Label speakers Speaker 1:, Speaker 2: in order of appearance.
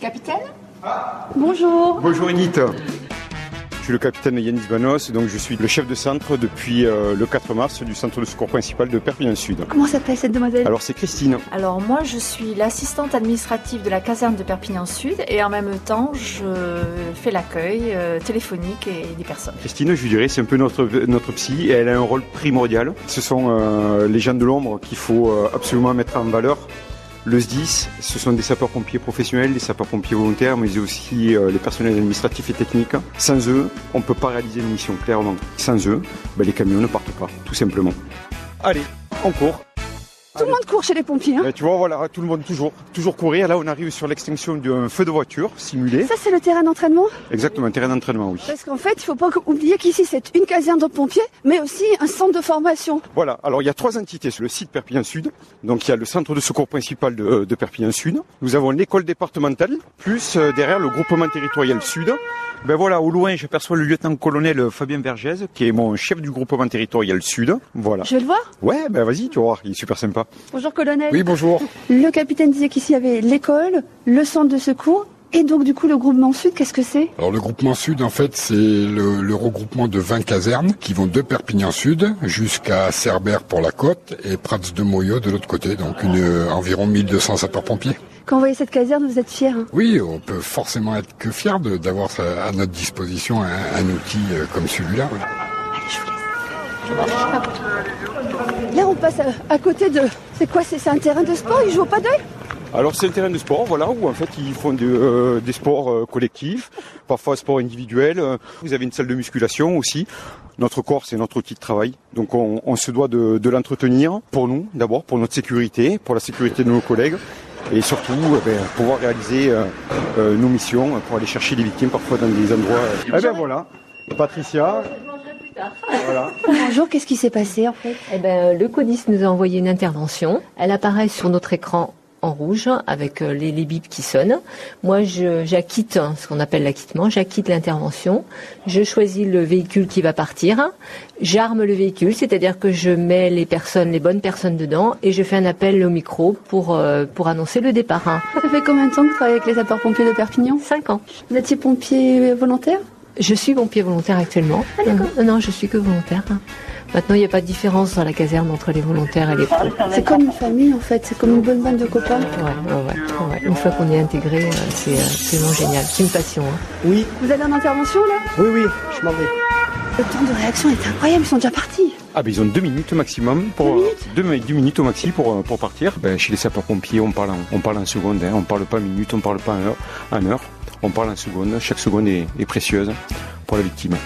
Speaker 1: Capitaine Bonjour.
Speaker 2: Bonjour Edith. Je suis le capitaine Yanis Banos, donc je suis le chef de centre depuis euh, le 4 mars du centre de secours principal de Perpignan Sud.
Speaker 1: Comment s'appelle cette demoiselle
Speaker 2: Alors c'est Christine.
Speaker 3: Alors moi je suis l'assistante administrative de la caserne de Perpignan Sud et en même temps je fais l'accueil euh, téléphonique et des personnes.
Speaker 2: Christine, je dirais, c'est un peu notre, notre psy et elle a un rôle primordial. Ce sont euh, les gens de l'ombre qu'il faut euh, absolument mettre en valeur. Le SDIS, ce sont des sapeurs-pompiers professionnels, des sapeurs-pompiers volontaires, mais aussi euh, les personnels administratifs et techniques. Sans eux, on ne peut pas réaliser une mission, clairement. Sans eux, ben, les camions ne partent pas, tout simplement. Allez, on court.
Speaker 1: Tout le monde court chez les pompiers. hein.
Speaker 2: Et tu vois, voilà, tout le monde toujours, toujours courir. Là, on arrive sur l'extinction d'un feu de voiture simulé.
Speaker 1: Ça, c'est le terrain d'entraînement
Speaker 2: Exactement, terrain d'entraînement, oui.
Speaker 1: Parce qu'en fait, il faut pas oublier qu'ici, c'est une caserne de pompiers, mais aussi un centre de formation.
Speaker 2: Voilà, alors il y a trois entités sur le site Perpignan Sud. Donc il y a le centre de secours principal de, euh, de Perpignan Sud. Nous avons l'école départementale, plus euh, derrière le groupement territorial Sud. Ben voilà, au loin, j'aperçois le lieutenant-colonel euh, Fabien Vergès, qui est mon chef du groupement territorial Sud. Voilà.
Speaker 1: Je vais le voir.
Speaker 2: Ouais, ben vas-y, tu vas voir, il est super sympa.
Speaker 1: Bonjour, colonel.
Speaker 4: Oui, bonjour.
Speaker 1: Le capitaine disait qu'ici, il y avait l'école, le centre de secours, et donc, du coup, le groupement sud, qu'est-ce que c'est
Speaker 4: Alors le groupement sud, en fait, c'est le, le regroupement de 20 casernes qui vont de Perpignan sud jusqu'à Cerbère pour la côte et Prats de Moyo de l'autre côté, donc une, euh, environ 1200 sapeurs-pompiers.
Speaker 1: Quand vous voyez cette caserne, vous êtes fiers. hein.
Speaker 4: Oui, on peut forcément être que fier de- d'avoir ça à notre disposition un, un outil euh, comme celui-là.
Speaker 1: Là, on passe à, à côté de... C'est quoi C'est c'est un terrain de sport Ils jouent au paddle
Speaker 2: Alors c'est un terrain de sport, voilà, où en fait ils font de, euh, des sports euh, collectifs, parfois sports individuels. Euh, Vous avez une salle de musculation aussi. Notre corps, c'est notre outil de travail, donc on, on se doit de, de l'entretenir pour nous d'abord, pour notre sécurité, pour la sécurité de nos collègues, et surtout euh, ben, pouvoir réaliser euh, euh, nos missions euh, pour aller chercher les victimes parfois dans des endroits. Euh... Eh ben voilà, Patricia. Voilà.
Speaker 1: Bonjour, qu'est-ce qui s'est passé, en fait
Speaker 5: Eh ben, le CODIS nous a envoyé une intervention. Elle apparaît sur notre écran en rouge avec euh, les, les bips qui sonnent. Moi, je- j'acquitte hein, ce qu'on appelle l'acquittement. J'acquitte l'intervention. Je choisis le véhicule qui va partir. J'arme le véhicule, c'est-à-dire que je mets les personnes, les bonnes personnes dedans, et je fais un appel au micro pour euh, pour annoncer le départ. hein.
Speaker 1: Ça fait combien de temps que vous travaillez avec les sapeurs-pompiers de Perpignan
Speaker 5: Cinq ans.
Speaker 1: Vous étiez pompier euh, volontaire
Speaker 5: Je suis pompier volontaire actuellement. non, non, je suis que volontaire. hein. Maintenant, il n'y a pas de différence dans la caserne entre les volontaires et les pros.
Speaker 1: C'est comme une famille en fait, c'est comme une bonne bande de copains.
Speaker 5: Ouais, ouais, ouais. Une fois qu'on est intégré, euh, c'est euh, absolument génial. C'est une passion. hein.
Speaker 6: Oui,
Speaker 1: Vous allez en intervention là
Speaker 6: oui, oui, je m'en vais.
Speaker 1: Le temps de réaction est incroyable, ils sont déjà partis.
Speaker 2: Ah ben ils ont deux minutes maximum pour deux,
Speaker 1: Deux
Speaker 2: mi- deux minutes au maxi pour, euh, pour partir. Ben, chez les sapeurs-pompiers on parle en, on parle en seconde, hein. on parle pas en minute, on parle pas en heure, en heure, on parle en seconde. Chaque seconde est, est précieuse pour la victime.